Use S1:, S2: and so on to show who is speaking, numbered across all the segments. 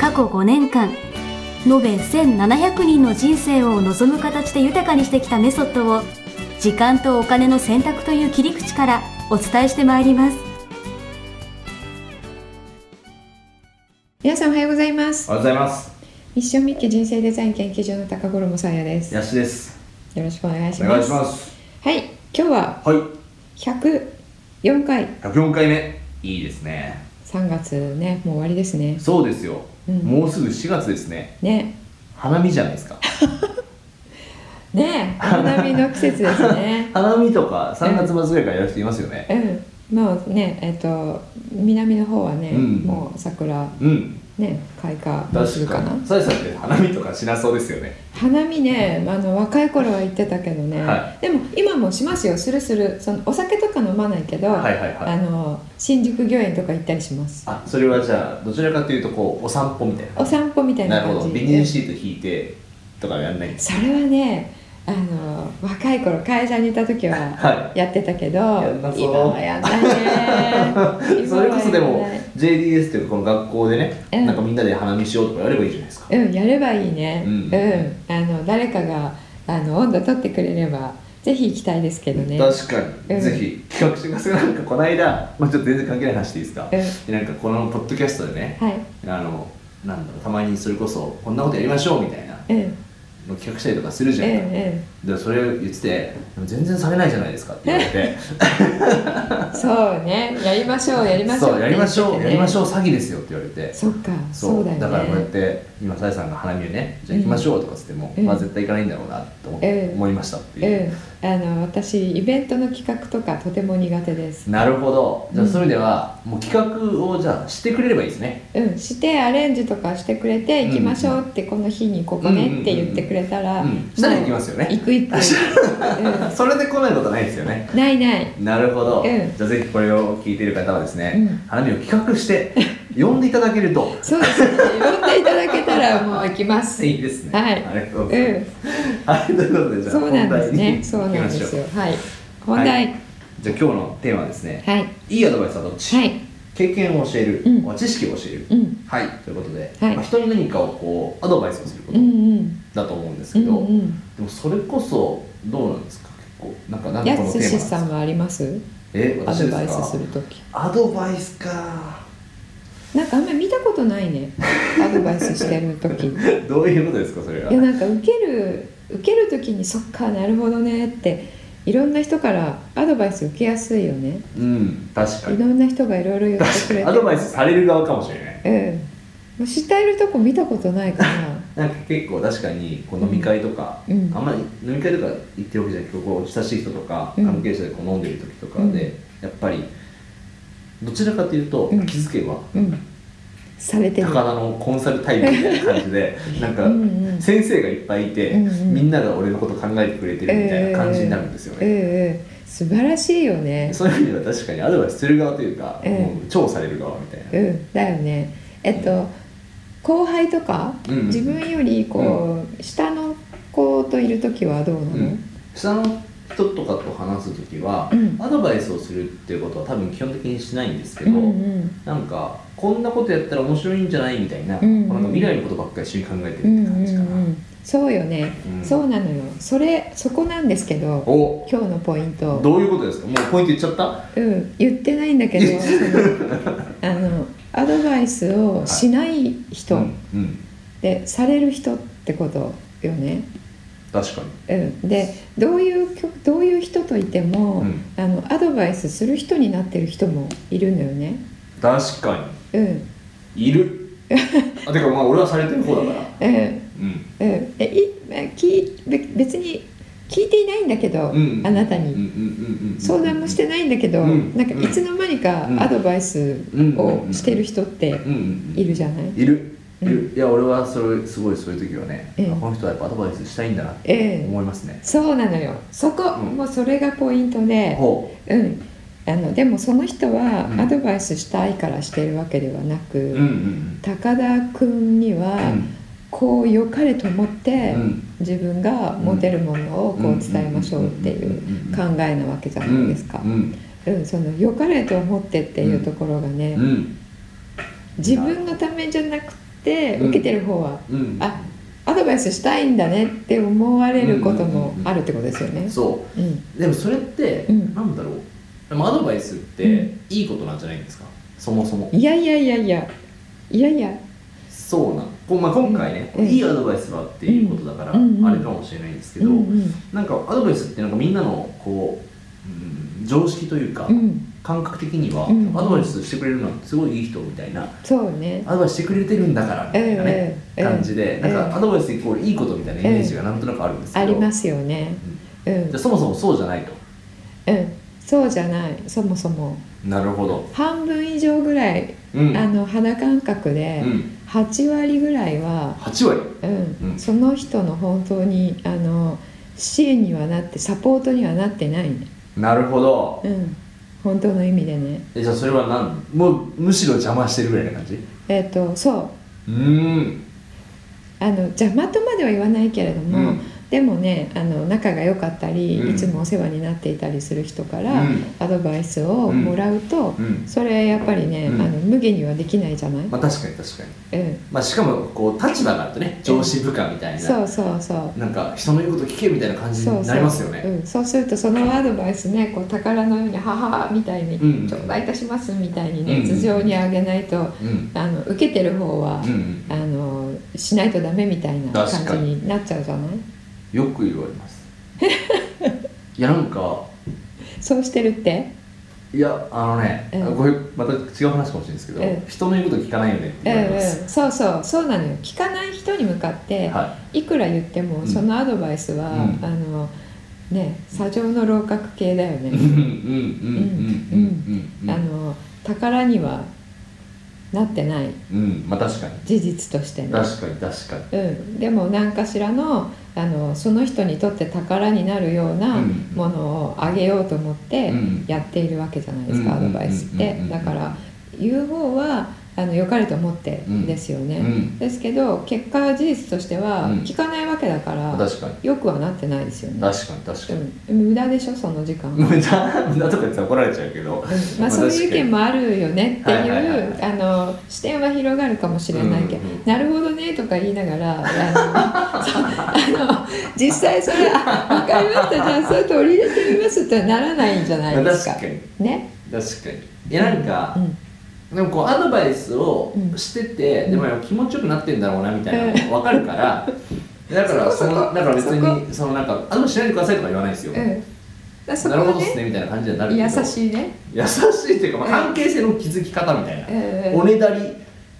S1: 過去5年間延べ1700人の人生を望む形で豊かにしてきたメソッドを時間とお金の選択という切り口からお伝えしてまいります
S2: 皆さんおはようございます
S3: おはようございます。
S2: ミッションミッキー人生デザイン研究所の高頃もさやですよ
S3: ヤシです。
S2: ろしくお願いし
S3: お
S2: ます
S3: 願いします。
S2: はい今日は
S3: はい。
S2: 104回
S3: 104回目。いいですね。
S2: 3月ねもう終わりですね
S3: そうですよ。
S2: うん
S3: もうすぐ4月ですね。
S2: ね
S3: 花見じゃないですか。
S2: ねお花見の季節です ね
S3: 花見とか3月末ぐらいからやる人いますよね。
S2: うんもうねえっ、と南の方はね、
S3: うん
S2: もう桜
S3: うん。
S2: ね開花もうする
S3: 確
S2: か
S3: か
S2: な
S3: に。さやさんって花見とかしなそうですよね。
S2: 花見ねあの若い頃は行ってたけどね、
S3: は
S2: でも今もしますよするするそのお酒とか飲まないけど、
S3: はいはいは
S2: あ
S3: い。
S2: の新宿御苑とか行ったりします
S3: あ、それはじゃあ、どちらかというと、こう、お散歩みたい
S2: お散歩みたい
S3: な。な
S2: な
S3: るほ
S2: 感
S3: ど。
S2: じ
S3: ビニールシート引いてとかはやんないんです。
S2: それはねあの若い頃会社にいた時は
S3: は
S2: やってたけど
S3: やんなそう
S2: 今はやんないね
S3: い。 それこそで
S2: 今
S3: も
S2: はやんない
S3: JDS というかこの学校でね、
S2: うん
S3: なんかみんなで花見しようとかやればいいじゃないですか。
S2: うんやればいいねう、
S3: うんん
S2: あの誰かがあの温度取ってくれればぜひ行きたいですけどね
S3: 確かに、
S2: うん
S3: ぜひ企画してくださいなんかこの間、まあ、ちょっと全然関係ない話でいいですか、
S2: う
S3: でなんかこのポッドキャストでね
S2: はい
S3: あのなんだろうたまにそれこそこんなことやりましょうみたいな
S2: うんうん
S3: の企画したりとかするじゃんか、
S2: う
S3: でそれ言っててでも全然冷めないじゃないですかって言わ れて
S2: んそうねやりましょうやりましょう
S3: そうやりましょう、やりまし
S2: う
S3: ょう詐欺ですよって言われて
S2: そっかそうだよね
S3: からこうやって今さやさんが花見をねじゃあ行きましょうとかっつっても、
S2: うん
S3: まあ絶対行かないんだろうなと思,、
S2: うん
S3: 思いましたっていう、
S2: うん、あの私イベントの企画とかとても苦手です
S3: なるほどじゃあそういう意味では、もう企画をじゃあしてくれればいいですね
S2: うん、してアレンジとかしてくれて
S3: うん
S2: 行きましょうってこの日にここねって言ってくれたら
S3: うん、したら行きますよね
S2: 行く行く、う
S3: それで来ないことはないですよね
S2: ん、ないない
S3: なるほ
S2: う
S3: ど、
S2: ん
S3: じゃあぜひこれを聞いている方はですね、
S2: うん
S3: 花見を企 画して呼んでいただけると
S2: そうですね呼んでいただけたらもう行きます
S3: いいですね
S2: はい
S3: ありがとう
S2: う
S3: ござい
S2: ん
S3: ます、はいということでじゃ
S2: そ
S3: あ
S2: う
S3: 本
S2: なんで
S3: 題
S2: す
S3: に
S2: ね
S3: 行
S2: そう
S3: き
S2: なん
S3: ま
S2: で
S3: しょう
S2: すよはい本題
S3: はじゃあ今日のテーマはですね、
S2: はい
S3: い、いアドバイスはどっち、
S2: はい
S3: 経験を教える、
S2: うん
S3: 知識を教える、
S2: うん
S3: はいということで、
S2: はい
S3: まあ、人に何かをこうアドバイスをするこ
S2: う
S3: と
S2: んうん
S3: だと思うんです
S2: う
S3: けど、
S2: んうん
S3: でもそれこそどうなんですか結構なんかなんか
S2: や
S3: このテ
S2: す
S3: ーマなんで
S2: し
S3: すか
S2: さんはあります
S3: え
S2: ア
S3: 私
S2: ド
S3: ですか
S2: バイスする時
S3: アドバイスか
S2: なんかあんまり見たことないねアドバイスしてる時い
S3: どういうことですかそれは
S2: やなんか受ける受ける時にそっかなるほどねっていろんな人からアドバイス受けやすいよね
S3: うん確か
S2: い
S3: に
S2: ろんな人がいろいろ言ってくれて
S3: アドバイスされる側かもしれない
S2: ええもう知っているとこ見たことないから
S3: なんか結構確かにこう飲み会とか、
S2: うんうん
S3: あんまり飲み会とか行ってるわけじゃなくてこう親しい人とか
S2: うん
S3: 関係者でこう飲んでる時とかで、
S2: うん
S3: やっぱりどちらかというと、
S2: うん
S3: 気づけば
S2: うんされてる
S3: 高田のコンサルタイプみたいな感じ でなんか
S2: うんうん
S3: 先生がいっぱいいて、
S2: うんうん
S3: みんなが俺のこと考えてくれてるみたいな感じになるんですよね、
S2: ええ素晴らしいよね
S3: そういう意味では確かにアドバイスする側というか、
S2: ええ
S3: もう超される側みたいな、
S2: うんだよねえっと後輩とか、
S3: うんうん
S2: 自分よりこう、下の子といる時はどうなの、
S3: うん下の人とかと話す時は、
S2: うん
S3: アドバイスをするっていうことは多分基本的にしないんですけ
S2: う
S3: ど、
S2: んうん
S3: なんかこんなことやったら面白いんじゃないみたいな,、
S2: うんうん
S3: なんか未来のことばっかり一緒に考え
S2: う
S3: てるっ
S2: んう
S3: て
S2: ん
S3: 感じかな、
S2: うんそうよね、
S3: うん
S2: そうなのよそれそこなんですけど
S3: お
S2: 今日のポイント
S3: どういうことですかもうポイント言っちゃった
S2: うん、言ってないんだけどそのあのアドバイスをしない人、
S3: うん、うん、
S2: でされる人ってことよね。
S3: 確かに
S2: うん、でどういうきょどういう人といても、
S3: うん
S2: あのアドバイスする人になってる人もいるのよね。
S3: 確か
S2: うん
S3: にいるあてかまあ俺はされてる方だから
S2: うん
S3: うん
S2: うん、えいえきべ別に聞いていないんだけど、
S3: うん
S2: あなたに、
S3: うんうんうんうん、
S2: 相談もしてないんだけど、
S3: うん
S2: なんかいつの間にか
S3: うん
S2: アドバイスをしてる人って
S3: うんうんうん
S2: いるじゃない、
S3: いる
S2: うん
S4: いや俺はそれすごいそういう時はね、
S2: ええ
S4: あこの人はやっぱアドバイスしたいんだなって
S2: ええ
S4: 思いますね、
S2: そうなのよそこ、
S4: うん
S2: もうそれがポイントで、
S4: ほ
S2: うん、あのでもその人は
S4: うん
S2: アドバイスしたいからしてるわけではなく、
S4: ううんうん
S2: 高田君には
S4: うん
S2: こう良かれと思って、
S4: うん
S2: 自分が持てるものをこう伝えましょうっていう考えなわけじゃないですか
S4: う。ん
S2: うん、その良かれと思ってっていうところがね、
S4: うん
S2: 自分のためじゃなくて
S4: うん
S2: 受けてる方は
S4: うん
S2: あアドバイスしたいんだねって思われることもあるってことですよね。
S3: そ
S2: うん、
S3: うでもそれって、
S2: うん
S3: なんだろうでもアドバイスって、
S2: う
S3: いいことなんじゃないんですかそもそも
S2: いやいやいやいやいやいや
S3: そうなんこう、まあ、今回ね、
S2: うん
S3: いいアドバイスはっていうことだから、
S2: うん
S3: あれかもしれないんですけ
S2: う
S3: ど、
S2: んうん
S3: なんかアドバイスってなんかみんなのこう、うん常識というか、
S2: うん、
S3: 感覚的には、
S2: うん
S3: アドバイスしてくれるのはすごいいい人みたいな
S2: そうね。
S3: アドバイスしてくれてるんだからみたいなね、
S2: ええええ
S3: 感じで、なん
S2: ええ
S3: かアドバイスイコールいいことみたいなイメージがなんとなくあるんですけ
S2: あ
S3: ど、
S2: りますよね。うん
S3: じゃあそもそもそうじゃないと
S2: うん、そうじゃないそもそも
S3: なるほど
S2: 半分以上ぐらい、
S3: うん
S2: あの肌感覚で
S3: うん、
S2: 8割ぐらいは、
S3: 8割
S2: うん
S3: うん
S2: その人の本当にあの支援にはなってサポートにはなってないね、
S3: なるほど
S2: うん、本当の意味でね
S3: えじゃあそれは何もうむしろ邪魔してるぐらいな感じう
S2: えっ、とそう
S3: ーん
S2: あの邪魔とまでは言わないけれども、
S3: うん
S2: でもねあの仲が良かったり、
S3: う
S2: い
S3: ん
S2: つもお世話になっていたりする人か
S3: う
S2: ら、
S3: ん
S2: アドバイスをもらうと、
S3: うん
S2: それやっぱりね、
S3: うん
S2: あの無限にはできないじゃない、
S3: まあ確かに確かに
S2: うん、
S3: まあしかもこう立場があるとね上司部下みたいな、
S2: そうそうそう
S3: なんか人の言うこと聞けみたいな感じ
S2: そうそう
S3: になりますよね
S2: うん、そうするとそのアドバイスねこう宝のように「はは」みたいに
S3: う
S2: 「
S3: ん
S2: 頂戴いたします」みたいにね、
S3: うん
S2: 頭上に上げないと
S3: うん
S2: あの受けてる方は
S3: うん、うん
S2: あのしないとダメみたいな感
S3: 確
S2: じ
S3: かに
S2: になっちゃうじゃない
S3: よく言われます いやなんか
S2: そうしてるって
S3: いやあのね、
S2: ええ
S3: これまた違う話かもしれないですけど、
S2: え
S3: 人の言うこと聞かないよねって言われ
S2: え
S3: ます、
S2: えそうそうそうなのよ聞かない人に向かって、、
S3: はい
S2: くら言っても
S3: ん
S2: そのアドバイスは、
S3: うん
S2: あのね砂上の楼閣系だよ
S3: いうん
S2: ね、
S3: うんうんうんうん
S2: あの宝にはなってない
S3: うんうんまあ確かに
S2: 事実としてね
S3: 確かに確かに
S2: うん、でも何かしらのあのその人にとって宝になるような
S3: うん
S2: ものをあげようと思って
S3: うん
S2: やっているわけじゃないですか、
S3: うん
S2: アドバイスって、
S3: うん
S2: だから言う方はあの良かれと思って
S3: うん
S2: ですよね、
S3: うん
S2: ですけど結果は事実としては
S3: うん
S2: 聞かないわけだから、
S3: 確かに
S2: よくはなってないですよね、
S3: 確かに確かに
S2: うん、無駄でしょその時間は、
S3: 無駄無駄とか言って怒られちゃうけど
S2: うんまあ、そういう意見もあるよねって
S3: はいはいはい
S2: いうあの視点は広がるかもしれないけど、
S3: うんうん
S2: なるほどねとか言いながらあの そうあの実際それあ分かりましたじゃあそうやって取り入れてみますってならないんじゃないですか。
S3: 確かに
S2: ね、
S3: 確かにいやなんか
S2: う、ん
S3: でもこうアドバイスを
S2: うん
S3: してて、でも気持ちよくなってんだろうなみたいなのが分かるから、だから
S2: そこ
S3: そ
S2: そこ
S3: のだから別
S2: そ
S3: にそのなんかアドバイスしないでくださいとか言わないですよ、
S2: うん、だそこ
S3: なるほ
S2: は
S3: どっす
S2: ね
S3: ねみたいな感じになるけど
S2: 優しいね、
S3: 優しいっていうか、まあ、
S2: うん
S3: 関係性の築き方みたいな、
S2: うん
S3: おねだり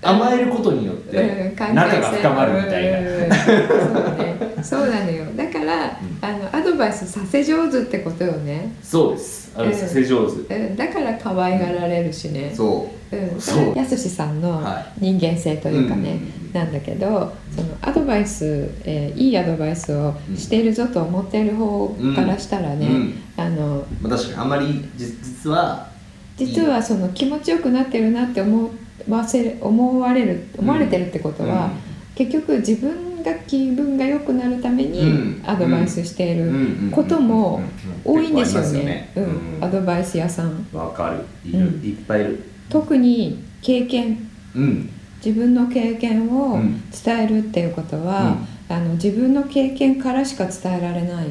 S3: 甘えることによって
S2: うん関係性
S3: 仲が深まるみたいな、
S2: うんうんそうねそうなのよだから、あのアドバイスさせ上手ってことよね、
S3: そうですあ
S2: う
S3: の
S2: ん
S3: させ上手、
S2: うん、だから可愛がられるしね、
S3: そ
S2: うん、そ
S3: そう
S2: れやすしさんの
S3: は
S2: 人間性というかね、
S3: うんうんうんうん
S2: なんだけどそのアドバイス、えーいいアドバイスをしているぞと思っている方からしたらね、
S3: うんうん
S2: あの
S3: う、まあ、確かにあんまりじ実は
S2: 実はその気持ちよくなってるなって思わせる思われる思われてるってことは、
S3: うん
S2: 結局自分が気分が良くなるために
S3: うん
S2: アドバイスしてい
S3: うんうんうんう
S2: る
S3: ん
S2: ことも多いんですよ
S3: 結構ありますよ
S2: ね
S3: ね。
S2: うん
S3: うん
S2: アドバイス屋さん
S3: わかるいる、
S2: うん
S3: いっぱいいる
S2: 特に経験
S3: うん
S2: 自分の経験
S3: う
S2: を
S3: ん
S2: 伝えるっていうことは、あの自分の経験からしか伝えられない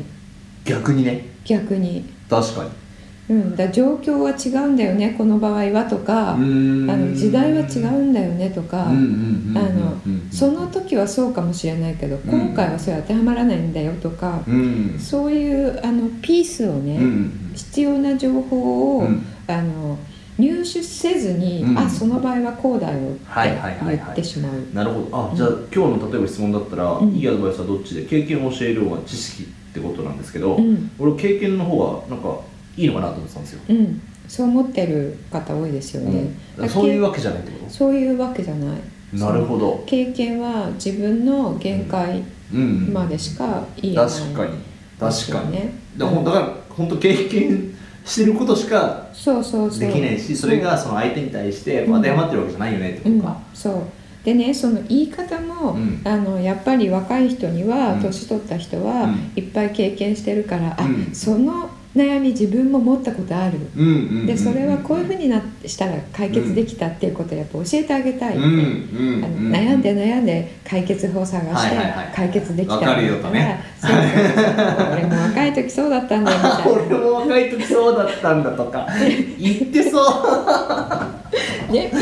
S3: 逆にね
S2: 逆に、
S3: 確かに
S2: うん、だ状況は違うんだよねこの場合はとか、
S3: あの
S2: あの時代は違うんだよねとか、
S3: うんうんうんうんうん
S2: あの
S3: うん
S2: その時はそうかもしれないけど、
S3: ん
S2: 今回はそれ当てはまらないんだよとか、
S3: うん
S2: そういうあのピースをね、
S3: うんうん
S2: 必要な情報を、
S3: うん
S2: あの入手せずに、
S3: うん
S2: あその場合はこうだよって
S3: はいはいはいはい
S2: 言ってしまう。
S3: なるほどあじゃあ、今日の例えば質問だったら、
S2: うん
S3: いいアドバイスはどっちで経験を教える方が知識ってことなんですけど、
S2: うん
S3: 俺経験の方がなんかいいのかなと思ってたんですよ、
S2: うん、そう思ってる方多いですよね。
S3: うんそういうわけじゃないってこと
S2: そういうわけじゃない。
S4: なるほど
S2: 経験は自分の限界
S3: うん
S2: までしか言えない、
S3: 確かに確かに、
S2: ね
S3: だからほんだから本当経験してることしか
S2: そうそうそう
S3: できないしそれがその相手に対して
S2: うん
S3: まだ謝ってるわけじゃないよねって
S2: う
S3: こと
S2: ん
S3: か、、
S2: そうでねその言い方も、
S3: うん
S2: あのやっぱり若い人には、
S3: うん
S2: 年取った人は、
S3: うん
S2: いっぱい経験してるから、
S3: うん
S2: あその悩み自分も持ったことある、
S3: うんうんうんうん、
S2: でそれはこういうふう
S3: に
S2: になしたら解決できたっていうことをやっぱ教えてあげたい、
S3: うんうん
S2: あの
S3: うん、
S2: 悩んで悩んで解決法を探して
S3: はいはいはい
S2: 解決できた
S3: わかるよとね
S2: そうそうそう俺も若い時そうだったんだよみたいな
S3: 俺も若い時そうだったんだと か言ってそ
S2: ね、よく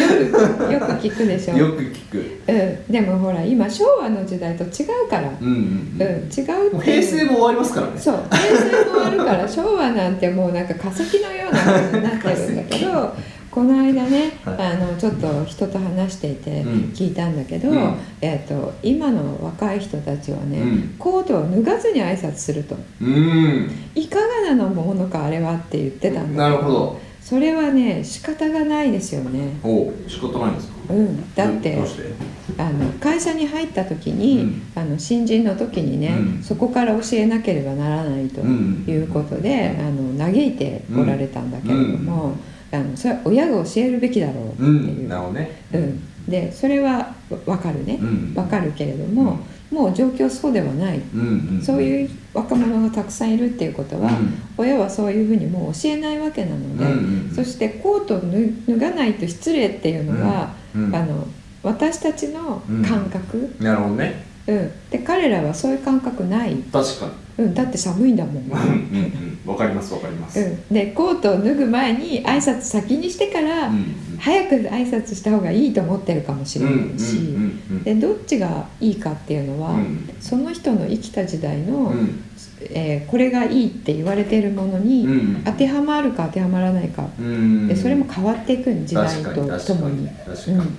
S2: よく聞くでしょ
S3: うよく聞く、
S2: うん、でもほら今昭和の時代と違うから、
S3: うん
S2: うん、
S3: うん
S2: 違うって
S3: うん、もう平成
S2: も
S3: も終わりますからね
S2: そう平成もあるから 昭和なんてもうなんか化石のようなものになってるんだけ どこの間ね、
S3: は
S2: あのちょっと人と話していて
S3: うん
S2: 聞いたんだけど、
S3: うん
S2: えっと今の若い人たちはね、
S3: うん
S2: コートを脱がずに挨拶すると
S3: うん
S2: いかがなのものかあれはって言ってたんだけ
S3: なる
S2: ど
S3: ほど
S2: それはね仕方がないですよね、
S3: おう仕方ないんですか
S2: うん、だって
S3: どうして
S2: あの会社に入った時に、
S3: うん
S2: あの新人の時にね、
S3: うん
S2: そこから教えなければならないと
S3: うん
S2: いうことで、あの嘆いておられたんだけれども、あのそれは親が教えるべきだろうって
S3: う
S2: い
S3: ん
S2: う、
S3: なるほどね
S2: うんでそれはわ分かるね
S3: う、ん
S2: わかるけれども、もう状況そうではない、
S3: うんうん
S2: そう
S3: う
S2: いう若者がたくさんいるっていうことは、
S3: ん
S2: 親はそういうふうにもう教えないわけなので、
S3: うん
S2: そしてコートを脱脱がないと失礼っていうのは、
S3: うん
S2: あの私たちの感覚、
S3: なるほどね
S2: うんで彼らはそういう感覚ない、
S3: 確かに
S2: うん、だって寒いんだもん、
S3: うん
S2: う
S3: うんうんわかりますわかります
S2: ん、でコートを脱ぐ前に挨拶先にしてから、
S3: うん
S2: 早く挨拶した方がいいと思ってるかもし
S3: うん
S2: れ
S3: う
S2: ないし、
S3: んうん
S2: でどっちがいいかっていうのは、
S3: うん
S2: その人の生きた時代の、
S3: うん
S2: えーこれがいいって言われてるものに、
S3: うん
S2: 当てはまるか当てはまらないか、
S3: うん
S2: でそれも変わっていくん時代とともに。
S3: 確か確
S2: う
S3: かに
S2: ん、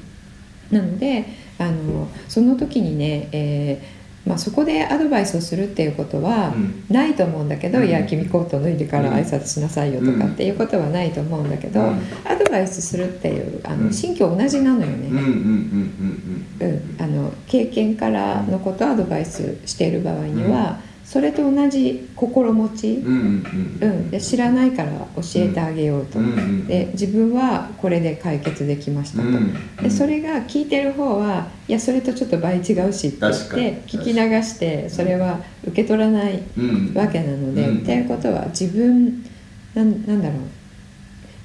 S2: なのであのその時にね、えーまあ、そこでアドバイスをするっていうことは
S3: うん
S2: ないと思うんだけど、
S3: うん
S2: いや君コート脱いでから挨拶しなさいよとかっていうことはないと思うんだけど、
S3: うん
S2: アドバイスするっていうあの、
S3: うん
S2: 心境同じなのよ
S3: うんうん
S2: ね、
S3: うん
S2: うんあの経験からのことをアドバイスしている場合には、それと同じ心持ち
S3: うんうん、うんうん
S2: う
S3: うんん
S2: で知らないから教えてあげようと、
S3: うんうん
S2: で自分はこれで解決できましたと、
S3: うん
S2: でそれが聞いてる方はいやそれとちょっと倍違うしって言っ
S3: 確かに
S2: て聞き流してそれは受け取らない
S3: うん
S2: わけなので、
S3: うん
S2: っていうことは自分なんなんだろう、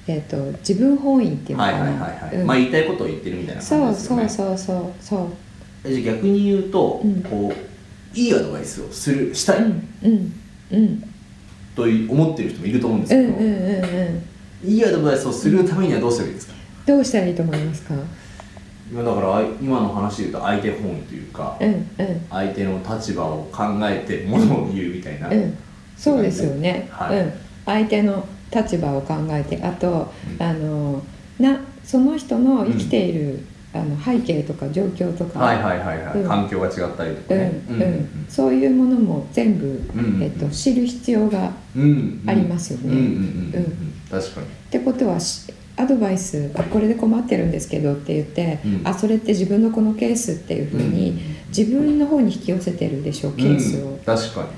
S2: えっと自分本位っていうの
S3: は
S2: か
S3: い
S2: な、
S3: はいはいは
S2: う
S3: い
S2: ん
S3: まあ言いたいことを言ってるみたいな
S2: そ
S3: 感
S2: う
S3: じです
S2: そ
S3: よ
S2: う
S3: ね
S2: そうそうそう
S3: えじゃあ逆に言うと
S2: うん
S3: こういいアドバイスをするした
S2: う
S3: い
S2: んうんうん
S3: と思ってる人もいると思うんです
S2: うんう
S3: け
S2: ん
S3: ど
S2: うんうん
S3: いいアドバイスをするためにはどうすればいいですか
S2: どうしたらいいと思いますか
S3: 今だからあい今の話で言うと相手本位というか
S2: うんうん
S3: 相手の立場を考えてものを言うみたいな、
S2: うんそうですよね、
S3: はい
S2: うん相手の立場を考えてあと
S3: うん
S2: あのなその人の生きている、あの背景とか状況とか、
S3: はいはいはいはい、
S2: うん
S3: 環境が違ったりとか
S2: うん
S3: ね
S2: うんそういうものも全部、
S3: うん
S2: えっと、知る必要が
S3: うんうん
S2: ありますよね
S3: うんうんうんう
S2: うん
S3: 確かに
S2: ってことはしアドバイスあこれで困ってるんですけどって言って、
S3: うん
S2: あそれって自分のこのケースっていうふうに、
S3: うん
S2: 自分の方に引き寄せてるでしょうケースを、
S3: うん確かに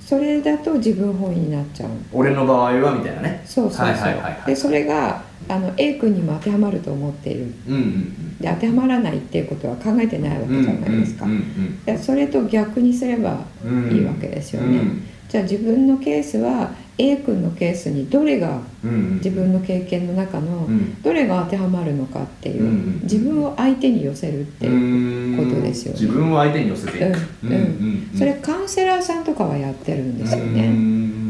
S2: それだと自分本位になっちゃう
S3: 俺の場合はみたいなね
S2: そうそうそう、
S3: はいはいはいはい
S2: でそれがあの A 君にも当てはまると思っている
S3: うんうん
S2: で当てはまらないっていうことは考えてないわ
S3: うんう
S2: け
S3: ん
S2: じゃないですか、
S3: うんうん
S2: でそれと逆にすれば
S3: うん
S2: いいわけですよ
S3: うん
S2: ね、じゃあ自分のケースは A 君のケースにどれが
S3: うんうん
S2: 自分の経験の中の
S3: うん
S2: どれが当てはまるのかっていう、
S3: うんうん
S2: 自分を相手に寄せるっていう、ことですよね
S3: 自分を相手に寄せていく、
S2: うん
S3: うん
S2: それカウンセラーさんとかはやってるんですよ
S3: う
S2: ね、
S3: ん
S2: う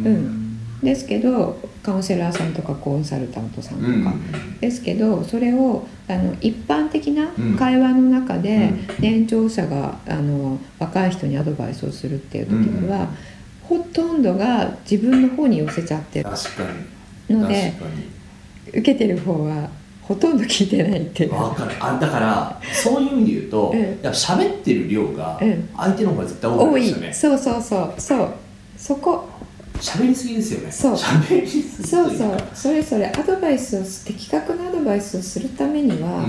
S2: んですけどカウンセラーさんとかコンサルタントさんとか、ですけどそれをあの一般的な
S3: うん
S2: 会話の中
S3: う
S2: で
S3: ん
S2: 年長者があの若い人にアドバイスをするっていう時には、ほとんどが自分の方に寄せちゃってる
S3: 確かに
S2: ので
S3: 確かに
S2: 受けてる方はほとんど聞いてないっていう。
S3: わかるあだからそういう意味で言うと、
S2: うん
S3: やっぱ喋ってる量が
S2: うん
S3: 相手の方が絶対多
S2: 多
S3: い
S2: い
S3: ですよ
S2: そ
S3: ね
S2: うそうそうそうそこ
S3: 喋りすぎですよね
S2: そう
S3: 喋りすぎ
S2: そう
S3: とい
S2: そうう
S3: か
S2: それそれアドバイスを的確なアドバイスをするためには、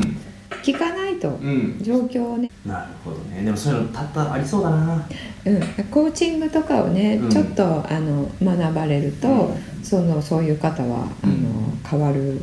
S2: 聞かないと
S3: うん
S2: 状況をね、
S3: なるほどねでもそういうのたったありそうだな
S2: うん、コーチングとかをね、
S3: うん
S2: ちょっとあの学ばれると、
S3: う
S2: そのそういう方はあ
S3: うん
S2: の変わるん
S3: うん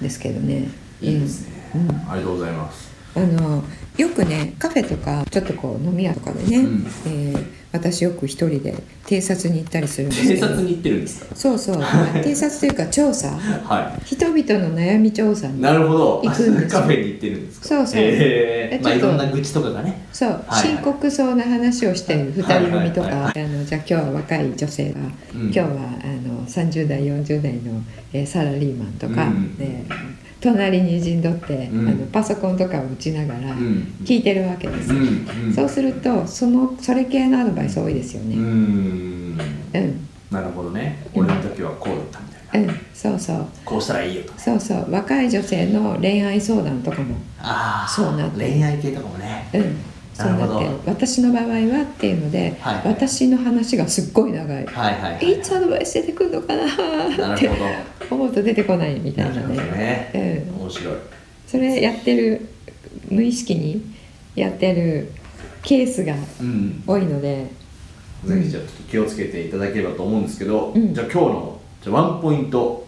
S2: ですけどね。
S3: いいですね、
S2: うん
S3: ありがとうございます
S2: あのよくねカフェとかちょっとこう飲み屋とかでね、
S3: うん
S2: えー私よく一人で偵察に行ったりするんです
S3: 偵
S2: けど
S3: 察に行ってるんですか
S2: そうそう偵察というか調査
S3: は
S2: 人々の悩み調査
S3: い
S2: に
S3: なるほど
S2: 行くんですよ
S3: カフェに行ってるんですか
S2: そうそう
S3: え
S2: え
S3: ー、まあ
S2: ちょっ
S3: い
S2: と
S3: ろんな愚痴とかがね
S2: そう、
S3: はい
S2: 深刻そうな話をしている二人組とか、
S3: はいはい
S2: あのじゃあ今日は若い女性が、
S3: うん
S2: 今日はあの30代40代の、えーサラリーマンとか、
S3: うん
S2: ね隣に陣取って、
S3: うん
S2: あのパソコンとかを打ちながら
S3: うん
S2: 聞いてるわけです、
S3: うんうん
S2: そうするとそのそれ系のアドバイス多いですよ
S3: う
S2: ね
S3: ん
S2: うん、
S3: なるほどね
S2: うん
S3: 俺の時はこうだったみたいな
S2: うんそうそう
S3: こうしたらいいよと
S2: そうそう若い女性の恋愛相談とかも
S3: ああ
S2: そうなってる
S3: 恋愛系とかもね
S2: うんそうな
S3: なる
S2: っ
S3: ほ
S2: て
S3: ど
S2: る私の場合はっていうので、
S3: はいはい
S2: 私の話がすっごい長い
S3: はいはいはい
S2: いつアドバイス出てくるのかなっ
S3: なる
S2: て
S3: ほど
S2: 思うと出てこないみたい
S3: な
S2: な
S3: るほど
S2: ね、
S3: ね
S2: うん、
S3: 面白い
S2: それやってる無意識にやってるケースが
S3: うん
S2: 多いので
S3: ぜひじゃあちょっと気をつけていただければと思うんですけど、
S2: うん
S3: じゃあ今日のじゃあワンポイント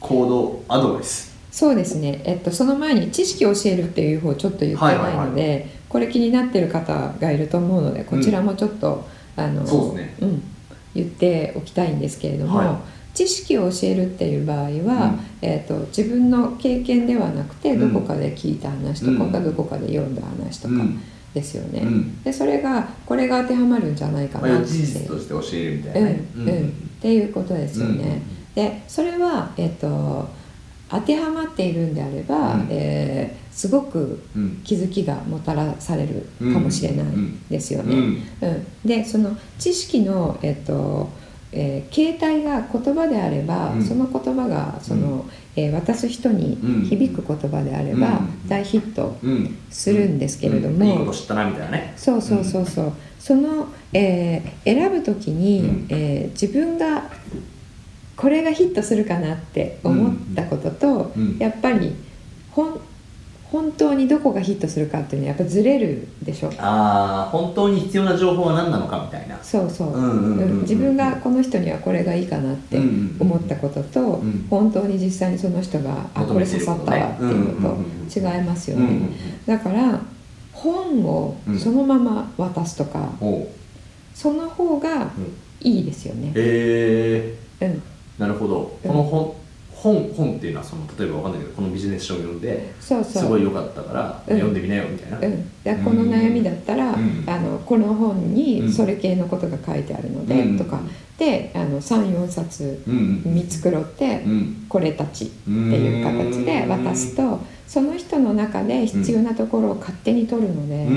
S3: 行動アドバイス
S2: そうですね、えっと、その前に知識を教えるっていう方をちょっと言ってないので、
S3: はいはいは
S2: これ気になってる方がいると思うのでこちらもちょっと、あの
S3: そうですね
S2: ん、言っておきたいんですけれども、
S3: は
S2: 知識を教えるっていう場合は、えっと自分の経験ではなくてどこかで聞いた話とか
S3: うん
S2: どこかで読んだ話とか
S3: うん
S2: ですよね。
S3: うん
S2: でそれがこれが当てはまるんじゃないか
S3: まあ
S2: な
S3: 要
S2: っ
S3: は
S2: て
S3: 事実として教えるみたいな
S2: うん
S3: ね
S2: うんっていうことですよね。でそれは、えっと当てはまっているんであれば、
S3: うん
S2: えーすごく
S3: うんうん
S2: 気づきがもたらされるかもしれないですよ
S3: う
S2: ね。うん
S3: ん
S2: でその知識の、えっとえー形態が言葉であれば、
S3: うん
S2: その言葉がその、えー渡す人に
S3: うん
S2: 響く言葉であれば、
S3: うん
S2: 大ヒット
S3: うん
S2: するんですけれども。
S3: うんいいこと知ったなみたいなね
S2: そうそうそうそう、その、えー選ぶ時に、
S3: うん
S2: えー自分がこれがヒットするかなって思ったことと、
S3: うん
S2: やっぱり本本当にどこがヒットするかっていうのはやっぱずれるでしょ
S3: ああ本当に必要な情報は何なのかみたいな
S2: そうそう,、
S3: うんうんうんうん
S2: 自分がこの人にはこれがいいかなって
S3: うんうんうん
S2: 思ったことと、
S3: ん
S2: 本当に実際にその人があこ
S3: 求
S2: れ
S3: めて
S2: 刺
S3: る
S2: さ
S3: こ
S2: っ
S3: と
S2: た
S3: ね
S2: わっていうの
S3: うんうんうん
S2: と違いますよ
S3: うん
S2: ね、
S3: うんうん
S2: だから本をそのまま渡すとか、
S3: おう
S2: その方が
S3: うん
S2: いいですよね。
S3: え
S2: うん、
S3: ー、なるほどこの本本本っていうのはその例えばわかんないけどこのビジネス書を読んで
S2: そうそう。
S3: すごい良かったから
S2: うん
S3: 読んでみなよみたいな、
S2: うん、だからこの悩みだったら、
S3: うん
S2: あのこの本
S3: う
S2: に
S3: ん
S2: それ系のことが書いてあるので、
S3: うん
S2: とかであの34冊
S3: うんうん
S2: 見繕って、
S3: うん
S2: これたちっ
S3: って
S2: ていう形で渡すとその人の中で必要なところを勝手に取るの
S3: う
S2: で、
S3: んう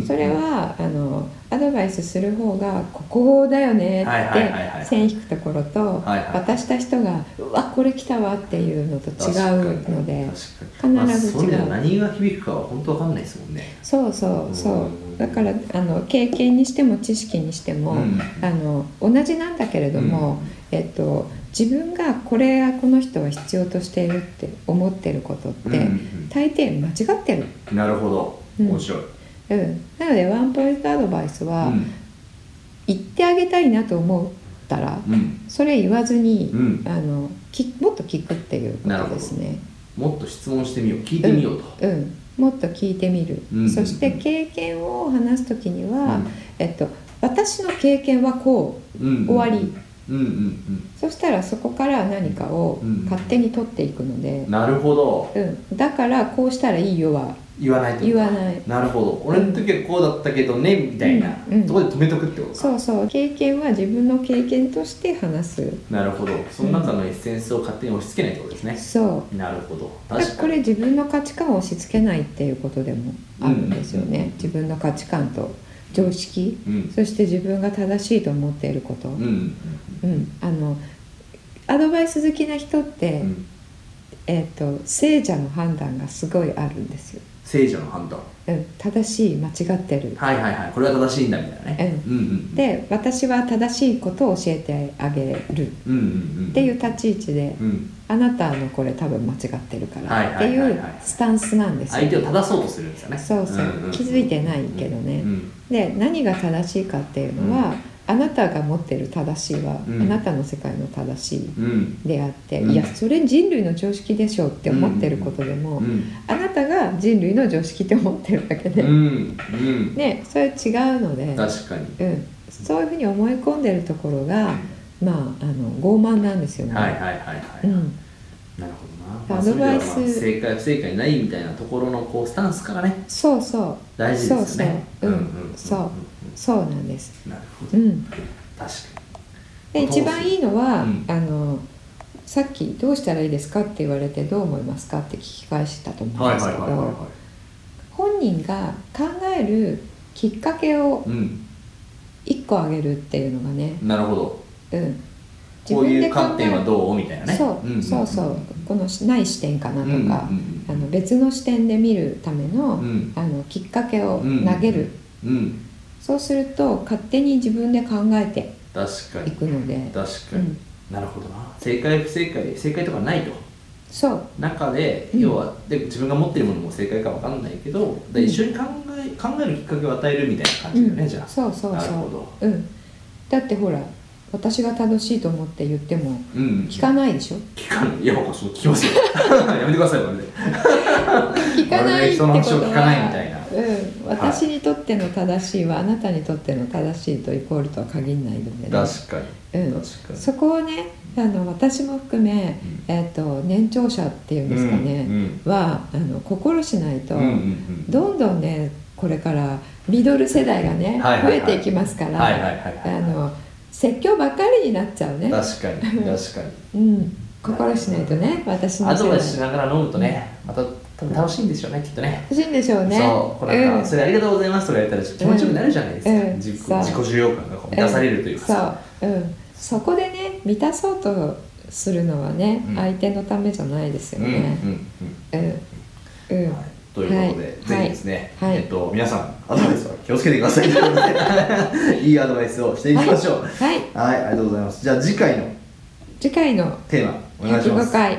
S3: ん
S2: それはあのアドバイスする方が「ここだよね」
S3: はい
S2: っ
S3: はいはいは
S2: て
S3: い
S2: 線引くところと
S3: はいはい
S2: 渡した人が「うわこれ来たわ」っていうのと違うので
S3: 確かに
S2: 必ず違う
S3: まあ、そういう意味では何が響くかは本当わかんないですもんね
S2: そうそうそう
S3: うん
S2: だからあの経験にしても知識にしても、
S3: うん
S2: あの同じなんだけれども、えっと、自分がこれはこの人は必要としているって思ってることって、
S3: うんうん
S2: 大抵間違ってる。
S3: うんなるほど
S2: うん
S3: 面白い、
S2: うん、なのでワンポイントアドバイスは、
S3: うん
S2: 言ってあげたいなと思ったら
S3: うん
S2: それ言わずに、
S3: うん
S2: あのきもっと聞くっていうこ
S3: なる
S2: と
S3: ほど
S2: ですね。
S3: もっと質問してみよう聞いてみようと、
S2: うん、もっと聞いてみる、
S3: うん
S2: そして経験を話す時には、
S3: うん
S2: えっと、私の経験はこう
S3: うんうん
S2: 終わり
S3: うんうん
S2: そしたらそこから何かを
S3: うん
S2: 勝手に取っていくので
S3: うん、なるほど
S2: うん、だからこうしたらいいよは
S3: 言わないと
S2: 言わない
S3: なるほど俺の時はこうだったけどねみたいな、
S2: うんうん
S3: そこで止めとくってことか
S2: そうそう経験は自分の経験として話す
S3: なるほどその中のエッセンスを勝手に押し付けないってことですね、
S2: そう
S3: なるほど
S2: だから
S3: 確
S2: こ
S3: かに
S2: れ自分の価値観を押し付けないっていうことでもあるんですよね、
S3: うん
S2: 自分の価値観と常識、
S3: うん
S2: そして自分が正しいと思っていること、
S3: うんうん
S2: うん、あのアドバイス好きな人って、
S3: うん
S2: えー、と聖者の判断がすごいあるんですよ。
S3: 聖女の判断
S2: うん正しい間違ってる
S3: はいはいはいこれは正しいんだみたいなね、うん、うんうん
S2: で私は正しいことを教えてあげる
S3: うんうんうん
S2: っていう立ち位置で
S3: うん、
S2: あなたのこれ多分間違ってるか
S3: はい
S2: らっ
S3: は
S2: て
S3: い
S2: い
S3: はいはいう
S2: スタンスなんですよ
S3: 相手を正そうとするんですよね
S2: そうそう、
S3: んん
S2: 気づいてないけどね、
S3: うん
S2: で何が正しいかっていうのは、
S3: うん
S2: あなたが持ってる正しいは、
S3: うん
S2: あなたの世界の正しい
S3: うん
S2: であって、
S3: うん
S2: いやそれ人類の常識でしょって思ってることでも、
S3: うんうん
S2: あなたが人類の常識って思ってるだけで、
S3: うんうん
S2: ねそれ違うので、
S3: 確かに
S2: うん、そういうふうに思い込んでるところが、まああの傲慢なんですよね。
S3: はいはいはいはい、
S2: うん
S3: なる
S2: ま
S3: ほどな
S2: あアドバイス
S3: まあそういう意味ではまあ正解不正解ないみたいなところのこうスタンスからね
S2: そうそう
S3: 大事ですよね
S2: そうそううん
S3: んんんん
S2: そうそうなんです、
S3: なるほど
S2: うん、
S3: 確
S2: で一番いいのは、
S3: うん
S2: あのさっき「どうしたらいいですか?」って言われて「どう思いますか?」って聞き返したと思
S3: か
S2: うん
S3: に
S2: ですけど本人が考えるきっかけを
S3: うん
S2: 一個あげるっていうのがね、
S3: なるほど
S2: うん、
S3: こういう観点は
S2: る
S3: どうみたいなね
S2: そう,、
S3: んんん
S2: そうそうこのしない視点かなと
S3: う
S2: か、
S3: んうんうん
S2: あの別の視点で見るための,、
S3: うん
S2: あのきっかけを投げる、
S3: うん
S2: そうすると勝手に自分で考えて
S3: 確か
S2: い
S3: に
S2: くので、
S3: 確か
S2: う
S3: に、
S2: ん、
S3: なるほどな正解不正解正解とかないと
S2: そう
S3: 中で、
S2: うん
S3: 要はで自分が持ってるものも正解かわかんないけどで
S2: うん
S3: 一緒に考え考えるきっかけを与えるみたいな感じだよね、
S2: うん
S3: じゃあ
S2: そうそうそう
S3: なるほど
S2: うん、だってほら私が正しいと思って言っても
S3: うんうん
S2: 聞かないでしょ
S3: 聞かないいや僕そう聞 きますよやめてくださいまるで
S2: 聞かないってこ
S3: 人
S2: とは
S3: の話を聞かないみたいな
S2: うん、私にとっての正しいはあなたにとっての正しいとイコールとは限らないので、ね、
S3: 確かに、
S2: うん
S3: 確かに
S2: そこをねあの私も含め、
S3: う
S2: えっと年長者っていうんですか
S3: うん
S2: ね、はあの心しないと、
S3: うんうんうんうん
S2: どんどんねこれからミドル世代がね、
S3: はいはいはい
S2: 増えていきますから、
S3: はいはいはいはい
S2: あの説教ばっかりになっちゃうね、
S3: 確かに 確かに
S2: うん、心しないとね私の
S3: ア
S2: せ
S3: ド
S2: い
S3: バ
S2: だ
S3: イスしながら飲むとねまた多分楽しいんでしょうねきっとね
S2: 欲しいんでしょうね
S3: そうこうなんか、
S2: ん
S3: それありがとうございますとか言ったら気持ちよくなるじゃないですか、
S2: うん
S3: 自己
S2: そう
S3: 自己重要感がこう満たされるというかさ、
S2: そう、うん、そこでね満たそうとするのはね、
S3: うん
S2: 相手のためじゃないですよ
S3: うんうん
S2: ね
S3: うん
S2: うんうん、
S3: はいということで、
S2: はい
S3: ぜひですね、
S2: はい
S3: えっと、皆さん、アドバイスは気をつけてく ださいということでいいアドバイスをしていきましょう。はい、
S2: はい
S3: ありがとうございます。じゃあ、次回の
S2: 次回の
S3: テーマ、お願いしま
S2: 105
S3: す。
S2: 回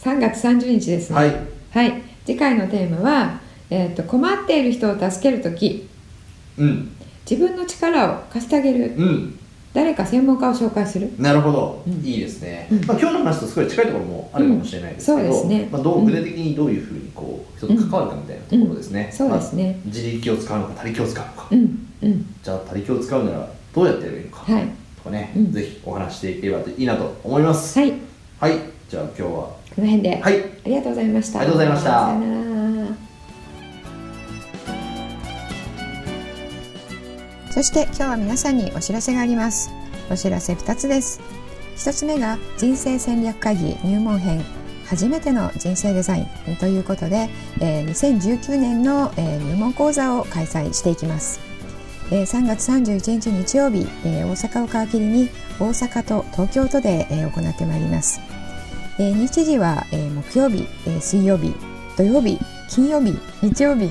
S2: 3月30日ですね
S3: はい、
S2: はい次回のテーマは、えーと「困っている人を助ける時
S3: うん、
S2: 自分の力を貸してあげる
S3: うん、
S2: 誰か専門家を紹介する
S3: なるほど、
S2: うん
S3: いいですね、
S2: うん
S3: まあ、今日の話とすごい近いところもあるかもしれないですけど、
S2: うんそうですね
S3: まあ、どう具体的にどういうふうにこう人と関わるかみたいなところですね、
S2: うんそうですね
S3: まあ自力を使うのか他力を使うのか、
S2: うんうん
S3: じゃあ他力を使うならどうやってやればいいのか、
S2: はい
S3: とかね、
S2: うん
S3: ぜひお話していければいいなと思います
S2: はいこ
S3: はい、じゃあ今日は
S2: の辺で、
S3: はい
S2: ありがとうございました
S3: ありがとうございました
S2: さよならそして今日は皆さんにお知らせがあります。お知らせ2つです。1つ目が人生戦略会議入門編初めての人生デザインということで、えー2019年の、えー入門講座を開催していきます。えー3月31日日曜日、えー大阪を皮切りに大阪と東京都で、えー行ってまいります。えー日時は、えー木曜日、えー水曜日、土曜日、金曜日、日曜日、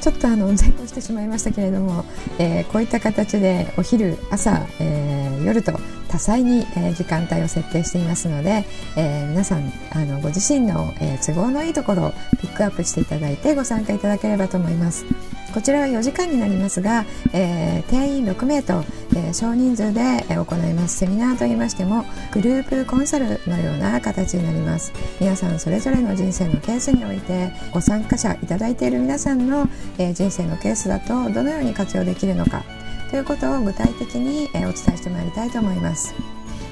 S2: ちょっとあの前後してしまいましたけれども、えーこういった形でお昼朝、えー夜と多彩に、えー時間帯を設定していますので、えー皆さんあのご自身の、えー都合のいいところをピックアップしていただいてご参加いただければと思います。こちらは4時間になりますが、えー定員6名と、えー少人数でえー行いますセミナーといいましてもグループコンサルのような形になります皆さんそれぞれの人生のケースにおいてご参加者いただいている皆さんの、えー人生のケースだとどのように活用できるのかということを具体的に、えーお伝えしてまいりたいと思います。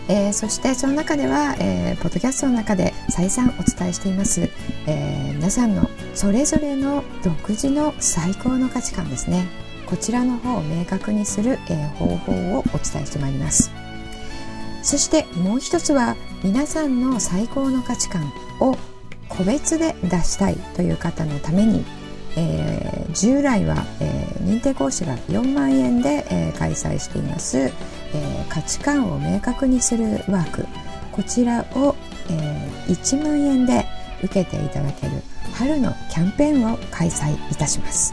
S2: えーそしてその中では、えーポッドキャストの中で再三お伝えしています、えー皆さんのそれぞれの独自の最高の価値観ですねこちらの方を明確にする、えー方法をお伝えしてまいりますそしてもう一つは皆さんの最高の価値観を個別で出したいという方のために、えー従来は、えー認定講師が4万円で、えー開催しています、えー価値観を明確にするワークこちらを、えー1万円で、
S5: 受けていただける春のキャンペーンを開催いたします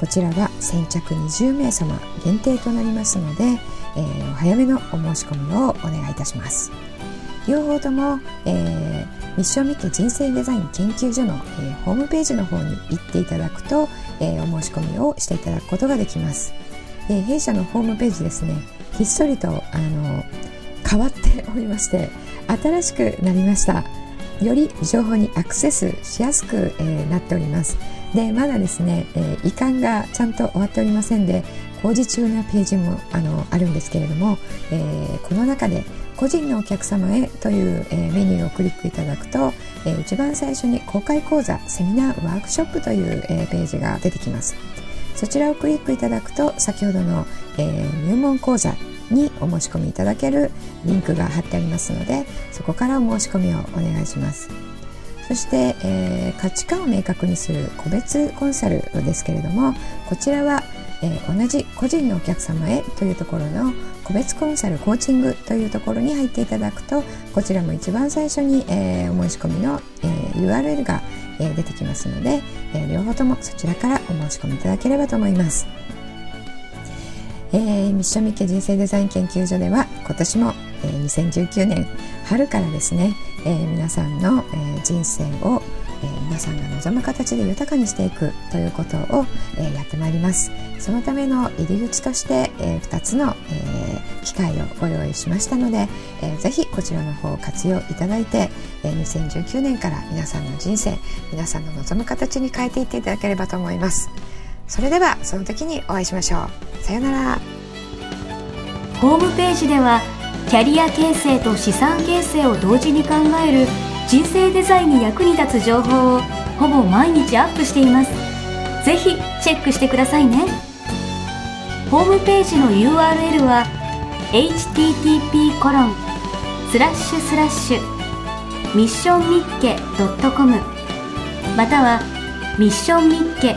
S5: こちらは先着20名様限定となりますので、えーお早めのお申し込みをお願いいたします両方とも、えー、ミッションミッケ人生デザイン研究所の、えーホームページの方に行っていただくと、えーお申し込みをしていただくことができます、えー弊社のホームページですねひっそりとあの変わっておりまして新しくなりましたより情報にアクセスしやすく、えーなっておりますでまだですね、えー移管がちゃんと終わっておりませんで工事中なページもあのあるんですけれども、えーこの中で個人のお客様へという、えーメニューをクリックいただくと、えー一番最初に公開講座セミナーワークショップという、えーページが出てきますそちらをクリックいただくと先ほどの、えー入門講座にお申し込みいただけるリンクが貼ってありますのでそこからお申し込みをお願いしますそして、えー価値観を明確にする個別コンサルですけれどもこちらは、えー同じ個人のお客様へというところの個別コンサルコーチングというところに入っていただくとこちらも一番最初に、えーお申し込みの、えー URL が、えー出てきますので、えー両方ともそちらからお申し込みいただければと思います。えーミッションミッケ人生デザイン研究所では今年も、えー2019年春からですね、えー皆さんの、えー人生を、えー皆さんが望む形で豊かにしていくということを、えーやってまいりますそのための入り口として、え2つの、えー機会をご用意しましたので、えーぜひこちらの方を活用いただいて、えー2019年から皆さんの人生皆さんの望む形に変えていっていただければと思いますそれではその時にお会いしましょうさようなら
S1: ホームページではキャリア形成と資産形成を同時に考える人生デザインに役に立つ情報をほぼ毎日アップしていますぜひチェックしてくださいねホームページの URL は http コロンスラッシュスラッシュミッションミッケ .com またはミッションミッケ